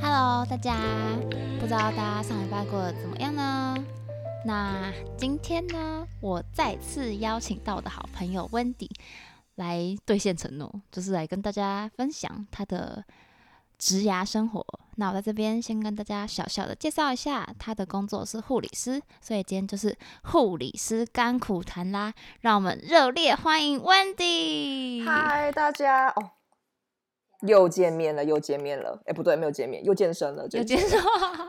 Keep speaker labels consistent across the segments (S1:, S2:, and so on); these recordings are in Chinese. S1: Hello，大家，不知道大家上礼拜过得怎么样呢？那今天呢，我再次邀请到我的好朋友 Wendy 来兑现承诺，就是来跟大家分享她的职涯生活。那我在这边先跟大家小小的介绍一下，她的工作是护理师，所以今天就是护理师甘苦谈啦。让我们热烈欢迎 Wendy。
S2: 嗨，大家哦，又见面了，又见面了。哎，不对，没有见面，又健身了。
S1: 有
S2: 最近
S1: 接受，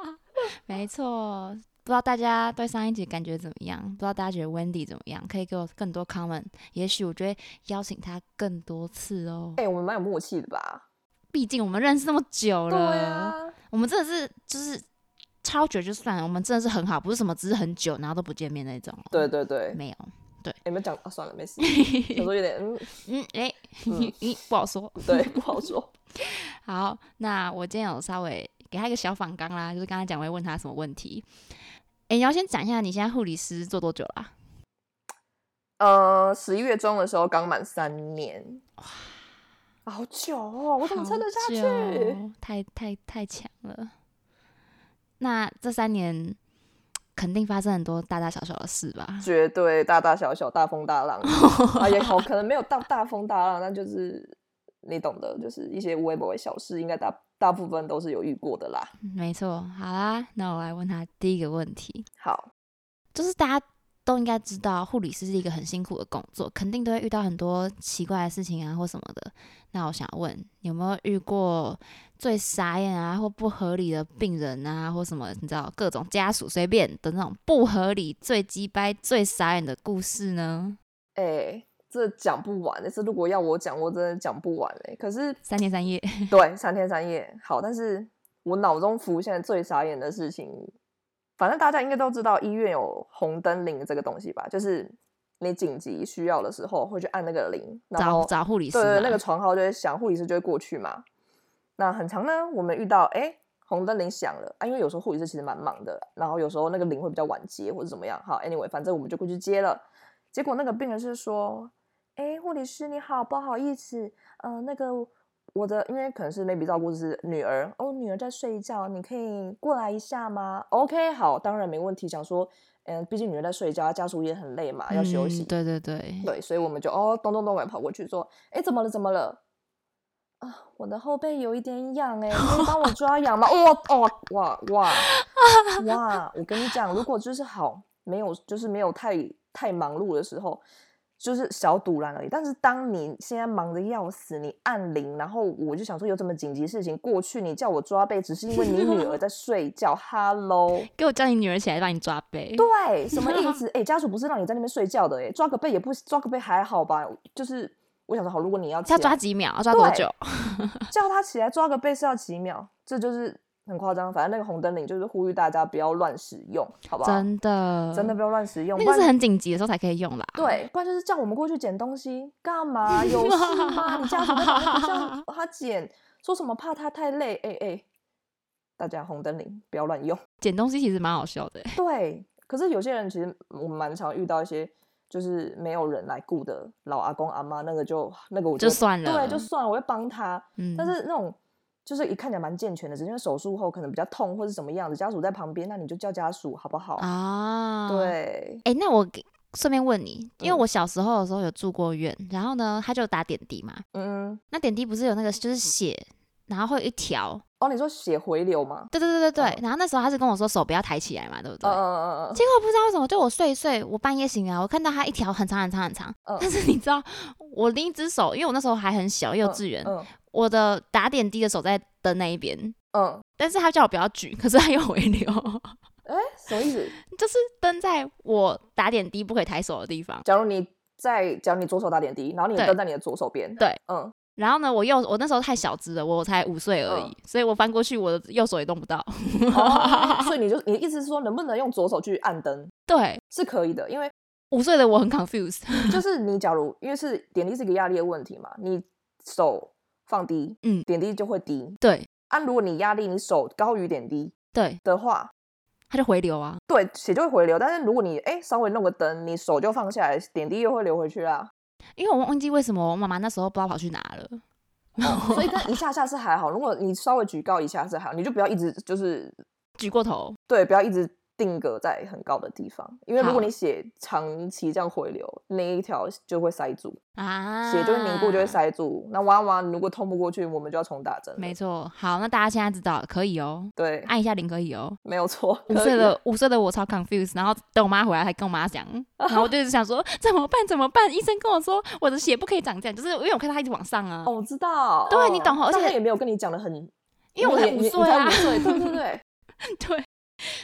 S1: 没错。不知道大家对上一集感觉怎么样？不知道大家觉得 Wendy 怎么样？可以给我更多 comment，也许我就会邀请她更多次哦。
S2: 哎，我们蛮有默契的吧？
S1: 毕竟我们认识那么久
S2: 对
S1: 了，
S2: 啊，
S1: 我们真的是就是超久就算了，我们真的是很好，不是什么只是很久然后都不见面那种。
S2: 对，对对。
S1: 没有，
S2: 你们讲啊，算了，没 事。有时候有点嗯，
S1: 嗯，哎、
S2: 嗯
S1: 咦，不好说。
S2: 对，不好说。
S1: 好，那我今天有稍微给他一个小反纲啦，就是刚才讲我会问他什么问题。哎、你要先讲一下你现在护理师做多久啊啦、
S2: 呃，十一月中的时候刚满三年，好久哦，我怎么撑得下去？
S1: 好久？太太太强了！那这三年肯定发生很多大大小小的事吧？
S2: 绝对大大小小，大风大浪啊，也好，可能没有到大风大浪，但就是你懂的，就是一些无微不微小事，应该大大部分都是有遇过的啦。
S1: 没错，好啦，那我来问他第一个问题，
S2: 好，
S1: 就是大家都应该知道，护理师是一个很辛苦的工作，肯定都会遇到很多奇怪的事情啊或什么的。那我想问，你有没有遇过最傻眼啊或不合理的病人啊，或什么你知道各种家属随便的那种不合理、最鸡掰、最傻眼的故事呢？
S2: 哎、这讲不完。但是如果要我讲，我真的讲不完哎、可是
S1: 三天三夜。
S2: 对，三天三夜好，但是我脑中浮现最傻眼的事情，反正大家应该都知道医院有红灯铃这个东西吧，就是你紧急需要的时候会去按那个铃，然
S1: 找
S2: 后
S1: 找护理师
S2: 对
S1: 嘛，
S2: 对，那个床号就会响，护理师就会过去嘛。那很长呢，我们遇到哎、诶红灯铃响了啊，因为有时候护理师其实蛮忙的，然后有时候那个铃会比较晚接或者怎么样。好，anyway，反正我们就过去接了。结果那个病人是说，哎、护理师你好，不好意思，呃，那个我的因为可能是 maybe 照顾的是女儿，哦，女儿在睡觉，你可以过来一下吗？OK，好，当然没问题。想说，嗯，毕竟女儿在睡觉，家属也很累嘛，要休息。
S1: 嗯、对对对，
S2: 对，所以我们就哦咚咚咚地跑过去说，哎，怎么了？怎么了？啊，我的后背有一点痒哎，可以帮我抓痒吗？ 哇哦哇哇哇！我跟你讲，如果就是好没有就是没有太太忙碌的时候，就是小堵然而已。但是当你现在忙得要死，你按铃，然后我就想说有这么紧急事情过去，你叫我抓背，只是因为你女儿在睡觉。Hello，
S1: 给我叫你女儿起来让你抓背。
S2: 对，什么 意思？哎、家属不是让你在那边睡觉的、哎，抓个背也不抓个背还好吧？就是我想说，好，如果你要
S1: 要
S2: 起
S1: 抓
S2: 来
S1: 几秒？要抓多
S2: 对
S1: 久？
S2: 叫他起来抓个背是要几秒，这就是很夸张。反正那个红灯铃就是呼吁大家不要乱使用，好不好？
S1: 真的，
S2: 真的不要乱使用，
S1: 那
S2: 不
S1: 个
S2: 然
S1: 是很紧急的时候才可以用啦。
S2: 对，不然就是叫我们过去捡东西，干嘛？有事吗？你家属在旁边不 叫他捡，说什么怕他太累？哎、哎、大家红灯铃不要乱用。
S1: 捡东西其实蛮好笑的。
S2: 对，可是有些人其实我们蛮常遇到一些就是没有人来顾的老阿公阿妈，那个就那个我
S1: 就算了
S2: 对，就算了，我会帮他。
S1: 嗯，
S2: 但是那种就是一看起来蛮健全的，只是因为手术后可能比较痛或是什么样子，家属在旁边，那你就叫家属好不好？
S1: 啊，。
S2: 对，
S1: 哎、那我给顺便问你，因为
S2: 嗯
S1: 我小时候的时候有住过院，然后呢，他就有打点滴嘛。
S2: 嗯，
S1: 那点滴不是有那个就是血，然后会有一条，
S2: 哦，你说血回流吗？
S1: 对对对对对。
S2: 嗯
S1: 然后那时候他是跟我说手不要抬起来嘛，对不对？
S2: 嗯嗯嗯嗯
S1: 结果不知道为什么，就我睡一睡，我半夜醒来，我看到它一条很长很长很长。
S2: 嗯
S1: 但是你知道，我另一只手，因为我那时候还很小，幼稚园，
S2: 嗯嗯
S1: 我的打点滴的手在的那一边，
S2: 嗯，
S1: 但是他叫我不要举，可是他又回流，
S2: 哎、什么意思？
S1: 就是灯在我打点滴不可以抬手的地方。
S2: 假如你在，假如你左手打点滴，然后你的
S1: 对
S2: 灯在你的左手边，
S1: 对，
S2: 嗯，
S1: 然后呢，我右我那时候太小只了，我才五岁而已，
S2: 嗯
S1: 所以我翻过去，我的右手也动不到。
S2: 哦，所以你就你的意思是说，能不能用左手去按灯？
S1: 对，
S2: 是可以 的，因为
S1: 五岁的我很 confused。
S2: 就是你假如因为是点滴是一个压力的问题嘛，你手放低，
S1: 嗯
S2: 点滴就会低。
S1: 对
S2: 啊，如果你压力你手高于点滴
S1: 对，
S2: 的话，
S1: 它就回流啊。
S2: 对，血就会回流。但是如果你哎稍微弄个灯，你手就放下来，点滴又会流回去啦。
S1: 因为我忘记为什么我妈妈那时候不知道跑去哪了。
S2: 所以但一下下是还好，如果你稍微举高一下是还好，你就不要一直就是
S1: 举过头，
S2: 对，不要一直定格在很高的地方，因为如
S1: 好
S2: 果你血长期这样回流，那一条就会塞住，
S1: 啊，
S2: 血就会凝固，就会。塞住。那哇哇，如果通不过去，我们就要重打针了。
S1: 没错，好，那大家现在知道了可以哦，
S2: 对，
S1: 按一下铃可以 哦。
S2: 没有错。
S1: 五
S2: 可
S1: 岁
S2: 以啊
S1: 的五岁的我超 confused，然后等我妈回来还跟我妈 讲，然后我就一直想说怎么办怎么办？医生跟我说我的血不可以长这样，就是因为我看她一直往上啊，
S2: 哦，我知道。
S1: 对
S2: 哦
S1: 你懂哦而
S2: 但他
S1: 且
S2: 也没有跟你讲的很，
S1: 因为我才
S2: 你
S1: 五
S2: 你
S1: 岁啊
S2: 你才五，岁，对对 对，
S1: 对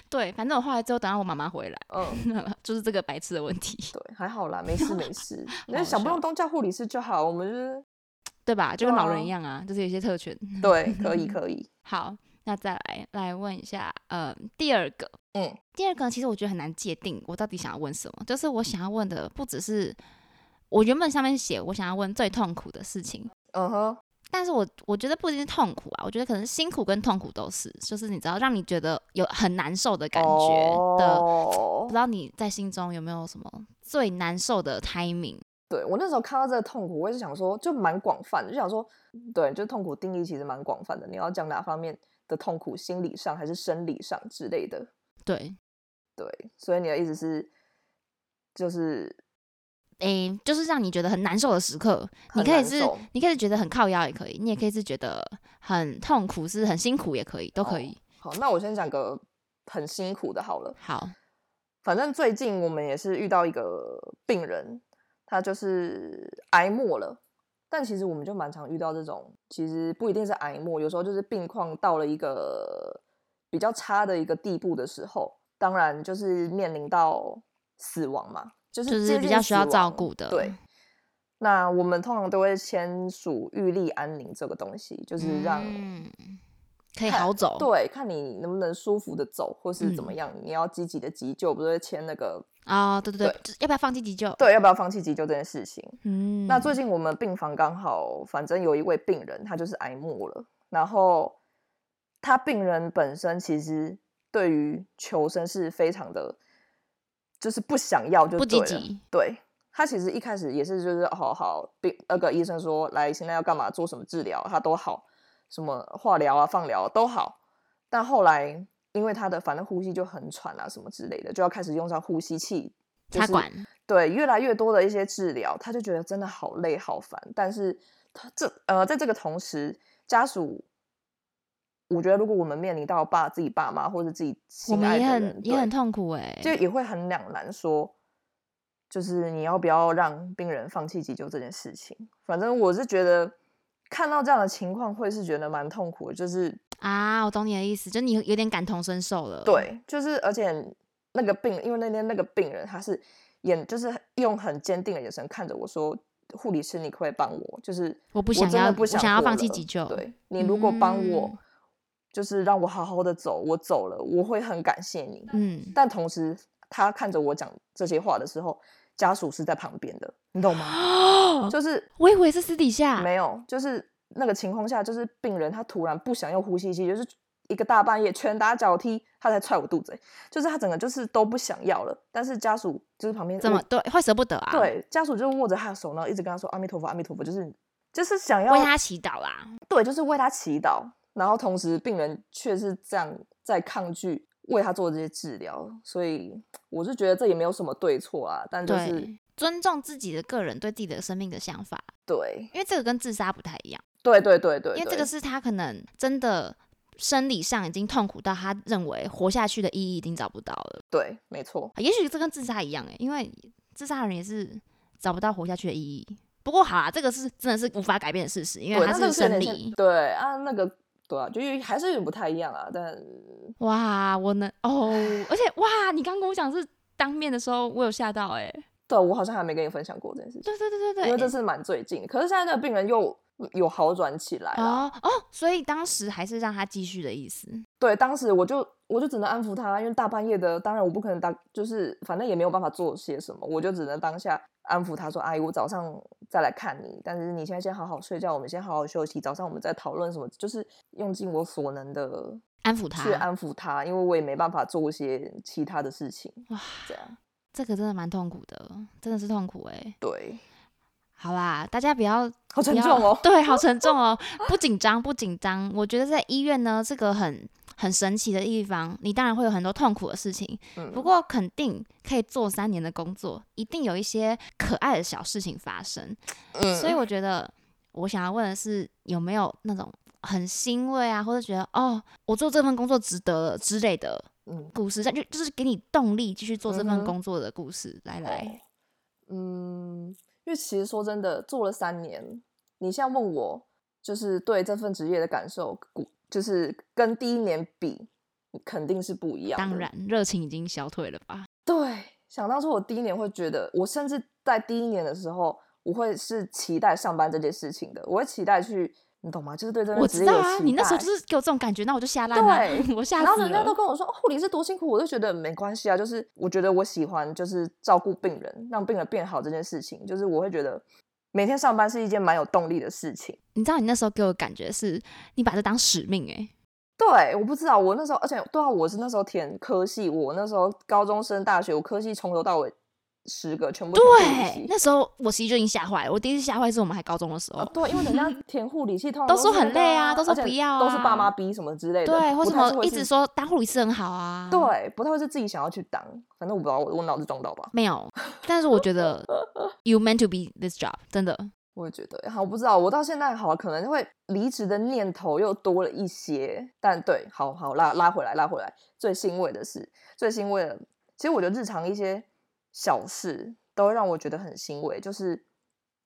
S1: 对，反正我后来之后等到我妈妈回来，
S2: 嗯。
S1: 就是这个白痴的问题，
S2: 对，还 好啦，没事没事。那
S1: 好
S2: 想不
S1: 笑
S2: 用东叫护理师就好，我们就是
S1: 对吧？就跟老
S2: 对
S1: 人
S2: 啊
S1: 一样啊，就是有一些特权。
S2: 对，可以可以。
S1: 好，那再来来问一下，呃，第二个，
S2: 嗯，
S1: 第二个其实我觉得很难界定我到底想要问什么，就是我想要问的不只是我原本上面写我想要问最痛苦的事情，
S2: 嗯哼，
S1: 但是我我觉得不一定是痛苦啊，我觉得可能辛苦跟痛苦都是，就是你知道让你觉得有很难受的感觉的，
S2: 哦
S1: 不知道你在心中有没有什么最难受的 timing？
S2: 对我那时候看到这个痛苦，我也是想说，就蛮广泛的，就想说，对，就痛苦定义其实蛮广泛的，你要讲哪方面的痛苦，心理上还是生理上之类的。
S1: 对，
S2: 对，所以你的意思是，就是
S1: 诶、就是让你觉得很难受的时刻，你
S2: 很
S1: 可以
S2: 难
S1: 是
S2: 受
S1: 你可以觉得很靠腰也可以，你也可以是觉得很痛苦，是很辛苦也可以，都可以。
S2: 好，那我先讲个很辛苦的好了。
S1: 好，
S2: 反正最近我们也是遇到一个病人，他就是癌末了。但其实我们就蛮常遇到这种，其实不一定是癌末，有时候就是病况到了一个比较差的一个地步的时候，当然就是面临到死亡嘛，就
S1: 就是
S2: 接
S1: 是比
S2: 近
S1: 较需要
S2: 死
S1: 照
S2: 亡
S1: 顾的。
S2: 对，那我们通常都会签署预立安宁这个东西，就是让、
S1: 嗯，可以
S2: 看
S1: 好走。
S2: 对看你能不能舒服的走，或是怎么
S1: 嗯
S2: 样，你要积极的急救，不是会签那个
S1: 啊，对对对，就是要不要放弃急救？
S2: 对，要不要放弃急救这件事情。
S1: 嗯，
S2: 那最近我们病房刚好，反正有一位病人，他就是癌末了。然后他病人本身其实对于求生是非常的，就是不想要就
S1: 不积
S2: 对了
S1: 极。
S2: 对他其实一开始也是就是好好病那个医生说来现在要干嘛做什么治疗，他都好，什么化疗啊、放疗啊都好。但后来因为他的反正呼吸就很喘啊什么之类的，就要开始用上呼吸器。就
S1: 插
S2: 是
S1: 管，
S2: 对越来越多的一些治疗，他就觉得真的好累好烦。但是他这呃，在这个同时，家属，我觉得如果我们面临到爸自己爸妈或者自己
S1: 我
S2: 心
S1: 们
S2: 爱
S1: 也
S2: 的人
S1: 很，也很
S2: 对
S1: 痛苦哎、
S2: 就也会很两难说。就是你要不要让病人放弃急救这件事情？反正我是觉得看到这样的情况，会是觉得蛮痛苦的。就是
S1: 啊，我懂你的意思，就你有有点感同身受了。，
S2: 对，就是而且那个病，因为那天那个病人他是眼，就是用很坚定的眼神看着我说：“护理师，你可不可以帮我？就是
S1: 我不想
S2: 真的
S1: 要
S2: 不
S1: 我
S2: 想
S1: 想要
S2: 活
S1: 放弃
S2: 了
S1: 急救
S2: 对你如果帮我，
S1: 嗯
S2: 就是让我好好的走，我走了，我会很感谢你。
S1: 嗯，
S2: 但同时，他看着我讲这些话的时候，家属是在旁边的，你懂吗？
S1: 哦，
S2: 就是
S1: 我以为是私底下，
S2: 没有，就是那个情况下，就是病人他突然不想用呼吸机，就是一个大半夜拳打脚踢，他才踹我肚子、欸就是他整个就是都不想要了。但是家属就是旁边
S1: 怎么
S2: 握
S1: 对会舍不得啊？，
S2: 对家属就握着他的手，然后一直跟他说阿弥陀佛，阿弥陀佛，就是就是想要
S1: 为他祈祷啊啦。
S2: 对，就是为他祈祷。然后同时病人却是这样在抗拒为他做这些治疗，所以我是觉得这也没有什么对错啊，但就是
S1: 对，尊重自己的个人对自己的生命的想法，
S2: 对
S1: 因为这个跟自杀不太一样，
S2: 对对对对，
S1: 因为这
S2: 对
S1: 个是他可能真的生理上已经痛苦到他认为活下去的意义已经找不到了，
S2: 对没错，
S1: 啊也许这跟自杀一样诶、欸因为自杀的人也是找不到活下去的意义。不过好啊，这个是真的是无法改变的事实，因为
S2: 对，
S1: 它
S2: 那这
S1: 是
S2: 个是有
S1: 生
S2: 点像
S1: 理。
S2: 对啊，那个对啊，就是还是有点不太一样啊。但
S1: 哇，我能哦，而且哇，你刚跟我讲是当面的时候，我有吓到欸诶、
S2: 对啊我好像还没跟你分享过这件事情，
S1: 对对对对
S2: 因为这
S1: 对。
S2: 是蛮最近的。可是现在那个病人又有好转起来了。
S1: 哦哦，所以当时还是让他继续的意思。
S2: 对，当时我就我就只能安抚他，因为大半夜的，当然我不可能当，就是反正也没有办法做些什么，我就只能当下安抚他说：“阿姨，我早上再来看你，但是你现在先好好睡觉，我们先好好休息，早上我们再讨论什么，就是用尽我所能的啊
S1: 安抚他
S2: 去。安抚他，因为我也没办法做一些其他的事情，
S1: 哇，
S2: 这样
S1: 这个真的蛮痛苦的，真的是痛苦哎、
S2: 对，
S1: 好啦，大家不要
S2: 好沉
S1: 不要
S2: 重哦
S1: 对，好沉重哦，不紧张，不紧张。我觉得在医院呢，这个很很神奇的地方，你当然会有很多痛苦的事情，
S2: 嗯，
S1: 不过肯定可以做三年的工作，一定有一些可爱的小事情发生。
S2: 嗯
S1: 所以我觉得，我想要问的是，有没有那种很欣慰啊，或者觉得哦，我做这份工作值得了之类的
S2: 嗯，
S1: 故事，但就就是给你动力继续做这
S2: 嗯
S1: 份
S2: 哼
S1: 工作的故事。来来，
S2: 哦，嗯，因为其实说真的，做了三年，你现在问我，就是对这份职业的感受，古就是跟第一年比，肯定是不一样。
S1: 当然，，热情已经消退了吧？
S2: 对，想当初我第一年会觉得，我甚至在第一年的时候，我会是期待上班这件事情的，我会期待去，你懂吗？就是对这份
S1: 我
S2: 职
S1: 知
S2: 业
S1: 道
S2: 有
S1: 啊，
S2: 期
S1: 你那时候
S2: 待
S1: 就是给我这种感觉，那我就吓烂了，
S2: 对
S1: 我吓
S2: 然后
S1: 死
S2: 人家都
S1: 了。
S2: 跟我说哦护理是多辛苦，我就觉得没关系啊，就是我觉得我喜欢就是照顾病人，让病人变好这件事情，就是我会觉得每天上班是一件蛮有动力的事情。
S1: 你知道你那时候给我的感觉是，你把这当使命哎、
S2: 对，我不知道，我那时候，而且对啊，我是那时候填科系，我那时候高中升大学，我科系从头到尾十个全部填护理
S1: 对
S2: 系，
S1: 那时候我其实就已经吓坏了。我第一次吓坏是我们还高中的时候，
S2: 啊对，因为人 家填护理系通常
S1: 都
S2: 是
S1: 说很
S2: 那个
S1: 累啊
S2: 啊，
S1: 都说
S2: 而且
S1: 不要
S2: 都是
S1: 啊
S2: 爸妈逼什么之类的，
S1: 对，或
S2: 不
S1: 什
S2: 太是
S1: 么
S2: 会
S1: 一
S2: 是
S1: 直说当护理师很好啊，，
S2: 对，不太会是自己想要去当，反正我不知道，我我脑子撞到吧。
S1: 没 有。但是我觉得 you meant to be this job，真的。
S2: 我也觉得，好，我不知道，我到现在好可能会离职的念头又多了一些，但对，好好拉拉回来，拉回来。最欣慰的是，最欣慰的，其实我觉得日常一些小事都会让我觉得很欣慰，就是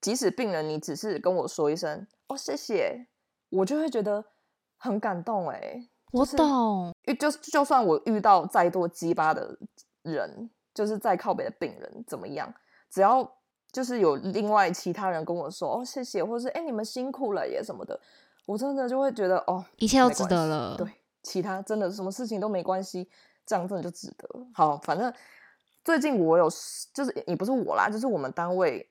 S2: 即使病人你只是跟我说一声“哦，谢谢”，我就会觉得很感动哎、
S1: 我
S2: 是
S1: 懂，
S2: 因为就就算我遇到再多鸡巴的人，就是再靠北的病人怎么样，只要就是有另外其他人跟我说哦谢谢，或者是哎、你们辛苦了耶什么的，我真的就会觉得哦
S1: 一切都
S2: 没
S1: 值
S2: 关
S1: 得
S2: 系
S1: 了。
S2: 对，其他真的什么事情都没关系，这样真的就值得了。好，反正最近我有就是也不是我啦，就是我们单位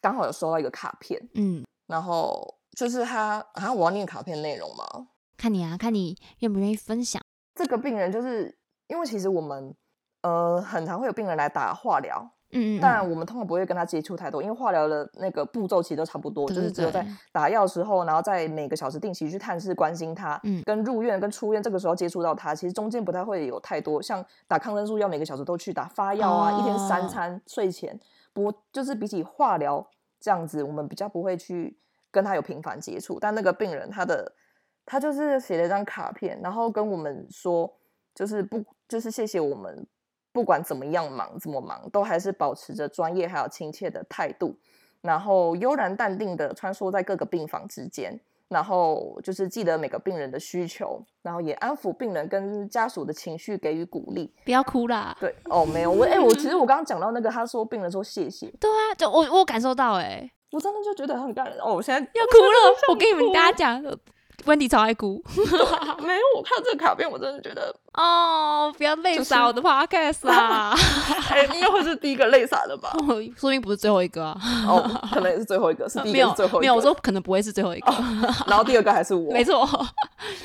S2: 刚好有收到一个卡片，
S1: 嗯，
S2: 然后就是他啊我要念卡片内容吗？
S1: 看你啊，看你愿不愿意分享。
S2: 这个病人就是因为其实我们呃很常会有病人来打化疗，
S1: 嗯嗯嗯，
S2: 但我们通常不会跟他接触太多，因为化疗的那个步骤其实都差不多，
S1: 对
S2: 就是
S1: 对
S2: 只有在
S1: 对
S2: 打药的时候，然后在每个小时定期去探视、关心他，
S1: 嗯
S2: 跟入院跟出院这个时候接触到他，其实中间不太会有太多像打抗生素药每个小时都去打发药啊，一天
S1: 哦
S2: 三餐睡前，不就是比起化疗这样子，我们比较不会去跟他有频繁接触，但那个病人他的他就是写了一张卡片，然后跟我们说，就是不就是谢谢我们，不管怎么样忙怎么忙，都还是保持着专业还有亲切的态度，然后悠然淡定的穿梭在各个病房之间，然后就是记得每个病人的需求，然后也安抚病人跟家属的情绪，给予鼓励。
S1: 不要哭啦。
S2: 对，哦，没有我哎、我其实我刚刚讲到那个，他说病人说谢谢，
S1: 对啊，就我我有感受到哎、
S2: 我真的就觉得很感人哦，我现在
S1: 要哭了。我跟你们大家讲，温迪超爱哭
S2: 没有我看这个卡片，我真的觉得
S1: 哦，不要累
S2: 就是
S1: 傻我的 podcast 啊。
S2: 哎，应该会是第一个泪洒的吧？
S1: 说明不是最后一个啊，
S2: 哦，可能也是最后 一个，是第一
S1: 没
S2: 个，
S1: 有
S2: 是最后一个。哦
S1: 没有，我说可能不会是最后一个，
S2: 然后第二个还是 我。
S1: 没错，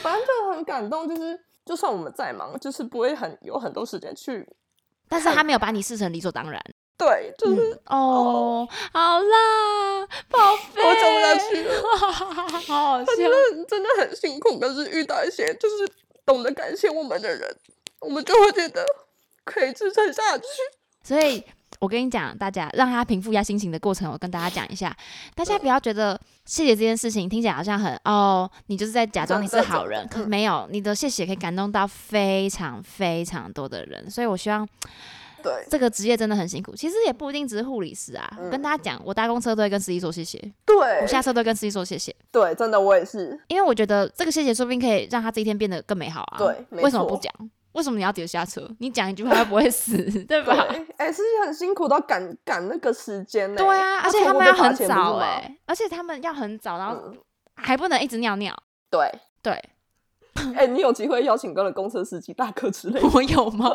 S2: 反正就很感动，就是就算我们再忙，就是不会很有很多时间去。
S1: 但是他没有把你视成理所当然。
S2: 对，就是、
S1: 嗯哦，好啦，宝贝，
S2: 我讲不下去了，
S1: 去， 好好笑
S2: 真。的真的很辛苦。可是遇到一些就是懂得感谢我们的人，我们就会觉得可以支撑下去。
S1: 所以我跟你讲，大家让他平复一下心情的过程，我跟大家讲一下，大
S2: 嗯
S1: 家不要觉得谢谢这件事情听起来好像很哦，你就是在假装你是好人，
S2: 嗯
S1: 可是没有，你的谢谢可以感动到非常非常多的人，所以我希望
S2: 对
S1: 这个职业真的很辛苦，其实也不一定只是护理师啊。我跟大家讲，我搭公车都会跟司机说谢谢，我
S2: 嗯对
S1: 下车都会跟司机说谢谢，
S2: 对，真的我也是。
S1: 因为我觉得这个谢谢说不定可以让他这一天变得更美好啊。
S2: 对没
S1: 为什么
S2: 错
S1: 不讲？为什么你要直接下车？你讲一句话他不会 死，对
S2: 对
S1: 吧？，
S2: 哎、是很辛苦，都要赶赶那个时间呢、
S1: 对啊，而且他
S2: 错过
S1: 们要
S2: 被罚
S1: 很
S2: 钱不是
S1: 早
S2: 吗
S1: 哎、而且他们要很早，然后
S2: 嗯，
S1: 还不能一直尿尿。
S2: 对，
S1: 对，
S2: 哎、你有机会邀请到了公车司机大哥之类的，
S1: 我有吗？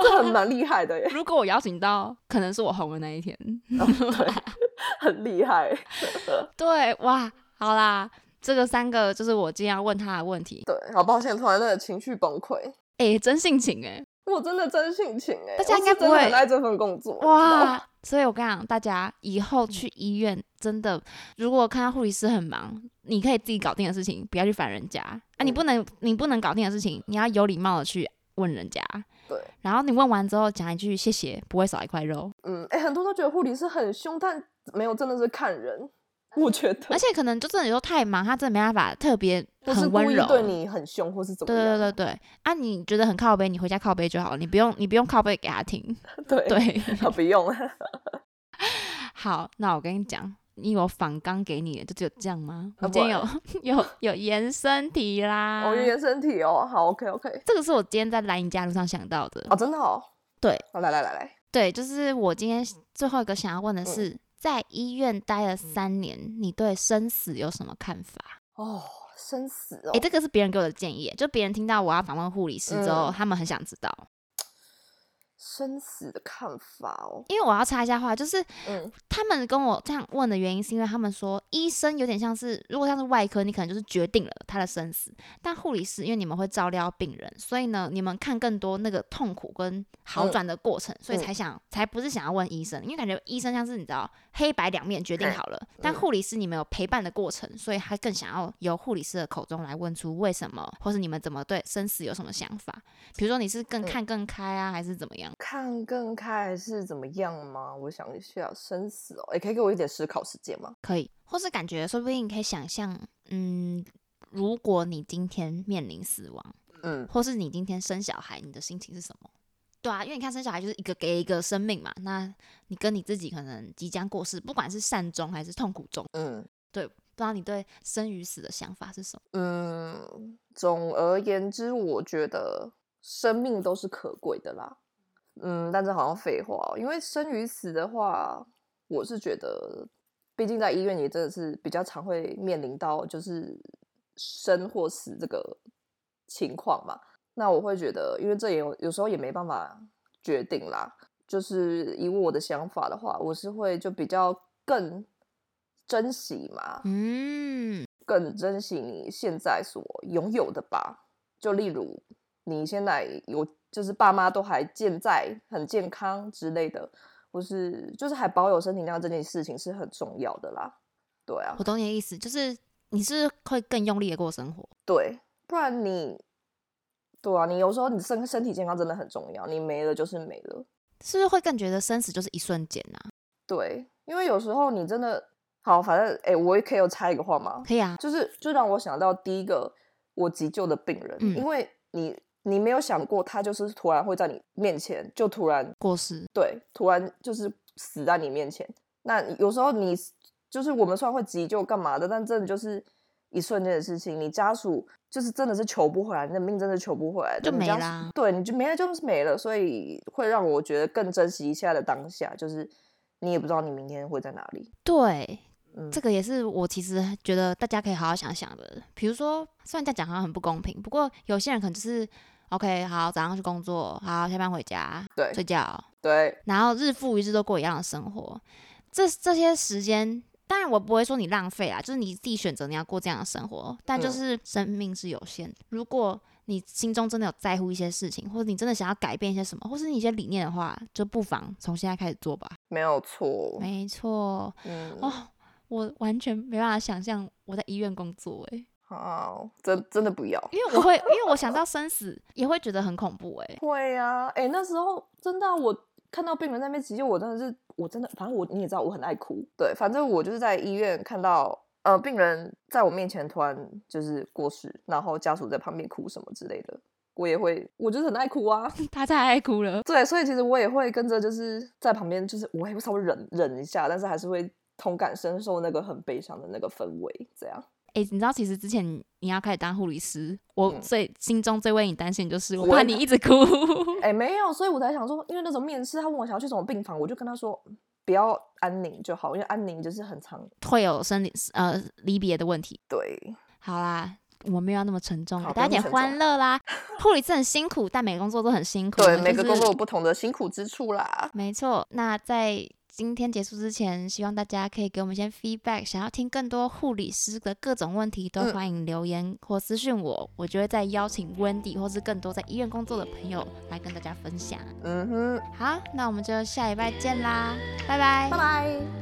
S2: 这很蛮厉害的耶，
S1: 如果我邀请到，可能是我红的那一天。
S2: 很厉害。
S1: 对，哇，好啦，这个三个就是我今天要问他的问题。
S2: 对，好抱歉，突然那个情绪崩溃，
S1: 哎、真性情哎、
S2: 我真的真性情哎、
S1: 大家
S2: 我
S1: 应该
S2: 是真
S1: 不
S2: 的
S1: 会
S2: 很爱这份工作，哇，
S1: 哇！所以我跟你讲，大家以后去医院真的，如果看到护理师很忙，你可以自己搞定的事情，不要去烦人家啊！你
S2: 嗯
S1: 不能，你不能搞定的事情，你要有礼貌的去问人家。
S2: 对，
S1: 然后你问完之后讲一句谢谢，不会少一块肉。
S2: 嗯，哎、很多都觉得护理师很凶，但没有，真的是看人，我觉得
S1: 而且可能就真的有时候太忙，他真的没办法特别
S2: 不是
S1: 很
S2: 故
S1: 温
S2: 意
S1: 柔。
S2: 对你很凶或是怎么
S1: 对对
S2: 样，
S1: 对对，啊，你觉得很靠背，你回家靠背就好了，你不用你不用靠背给他听。
S2: 对对
S1: 对，
S2: 啊，不用了，
S1: 好，那我跟你讲，你有仿纲给你的，就只有这样吗？我
S2: 啊
S1: 今天
S2: 不
S1: 有 有有延伸题啦。
S2: 我延身体哦，好，OK OK，
S1: 这个是我今天在来你家路上想到的。
S2: 哦，真的哦，
S1: 对，
S2: 好，来来来来，
S1: 对，就是我今天最后一个想要问的
S2: 嗯
S1: 是，在医院待了三年，你对生死有什么看法？
S2: 哦，生死哦，
S1: 诶，这个是别人给我的建议，就别人听到我要访问护理师之
S2: 嗯
S1: 后，他们很想知道，
S2: 生死的看法哦，
S1: 因为我要插一下话，就是
S2: 嗯，
S1: 他们跟我这样问的原因，是因为他们说医生有点像是，如果像是外科，你可能就是决定了他的生死；但护理师，因为你们会照料病人，所以呢，你们看更多那个痛苦跟好转的过程，所以
S2: 嗯
S1: 才想才不是想要问医生，因为感觉医生像是你知道黑白两面决定
S2: 嘿
S1: 好了，但护理师你们有陪伴的过程，所以他更想要由护理师的口中来问出为什么，或是你们怎么对生死有什么想法？比如说你是更
S2: 嗯
S1: 看更开啊，还是怎么样？
S2: 看更开还是怎么样吗？我想一下，生死哦，也可以给我一点思考时间吗？
S1: 可以，或是感觉，说不定你可以想象，嗯，如果你今天面临死亡，
S2: 嗯，
S1: 或是你今天生小孩，你的心情是什么？对啊，因为你看生小孩就是一个给一个生命嘛，那你跟你自己可能即将过世，不管是善终还是痛苦中，
S2: 嗯
S1: 不知道你对生与死的想法是什么？
S2: 嗯，总而言之，我觉得生命都是可贵的啦。嗯，但这好像废话哦、因为生与死的话，我是觉得，毕竟在医院也真的是比较常会面临到就是生或死这个情况嘛。那我会觉得，因为这也有有时候也没办法决定啦。就是以我的想法的话，我是会就比较更珍惜嘛，
S1: 嗯，
S2: 更珍惜你现在所拥有的吧。就例如你现在有，就是爸妈都还健在、很健康之类的，或是就是还保有身体量这件事情是很重要的啦。对啊
S1: 我，懂你的意思，就是你是会更用力的过生活，
S2: 对，不然你，对啊，你有时候你身身体健康真的很重要，你没了就是没了。
S1: 是不是会更觉得生死就是一瞬间啊？
S2: 对，因为有时候你真的好，反正哎、我也可以有插一个话吗？
S1: 可以啊，
S2: 就是就让我想到第一个我急救的病人，
S1: 嗯
S2: 因为你你没有想过他就是突然会在你面前就突然
S1: 过世，
S2: 对突然就是死在你面前。那你有时候你就是我们虽然会急救干嘛的，但真的就是一瞬间的事情。你家属就是真的是求不回来，你的命真的求不回来的，
S1: 就
S2: 你
S1: 没
S2: 家属
S1: 啦
S2: 对，你就没了就是没了，所以会让我觉得更珍惜一下的当下，就是你也不知道你明天会在哪里。
S1: 对，
S2: 嗯
S1: 这个也是我其实觉得大家可以好好想想的。比如说，虽然这样讲好像很不公平，不过有些人可能就是 OK，好，早上去工作，好，下班回家
S2: 对
S1: 睡觉，
S2: 对，
S1: 然后日复一日都过一样的生活。这这些时间，当然我不会说你浪费啊，就是你自己选择你要过这样的生活，但就
S2: 嗯
S1: 是生命是有限的。如果你心中真的有在乎一些事情，或者你真的想要改变一些什么，或是你一些理念的话，就不妨从现在开始做吧。
S2: 没有错。
S1: 没错，
S2: 嗯，
S1: 哦，我完全没办法想象我在医院工作诶、
S2: 好，哦真真的不要。
S1: 因为我会，因为我想到生死也会觉得很恐怖诶、欸
S2: 会呀、啊，哎、那时候真的啊、我看到病人在那边急救，我真的是，我真的，反正我你也知道，我很爱哭。对，反正我就是在医院看到，呃，病人在我面前突然就是过世，然后家属在旁边哭什么之类的，我也会，我就是很爱哭啊。
S1: 他太爱哭了，
S2: 对，所以其实我也会跟着，就是在旁边，就是我也会稍微忍忍一下，但是还是会同感深受那个很悲伤的那个氛围，这样。
S1: 诶、你知道其实之前你要开始当护理师，我
S2: 嗯
S1: 最、心中最为你担心的就是我
S2: 我
S1: 怕
S2: 也
S1: 你一直哭，
S2: 哎、没有，所以我才想说，因为那种面试，他问我想要去什么病房，我就跟他说嗯不要安宁就好，因为安宁就是很常
S1: 会有生理呃离别的问题。
S2: 对，好
S1: 好啦。我没有要那么沉重啊，
S2: 好
S1: 给大家
S2: 不要
S1: 点
S2: 那么
S1: 欢
S2: 沉
S1: 乐啦！护理师很辛苦，但每个工作都很辛苦。
S2: 对，
S1: 就
S2: 每个工
S1: 是
S2: 作有不同的辛苦之处啦。
S1: 没错，那在今天结束之前，希望大家可以给我们一些 feedback，想要听更多护理师的各种问题，都
S2: 嗯
S1: 欢迎留言或私讯我，我就会再邀请 Wendy 或是更多在医院工作的朋友来跟大家分享。
S2: 嗯哼，
S1: 好，那我们就下礼拜见啦，拜拜
S2: 拜。拜。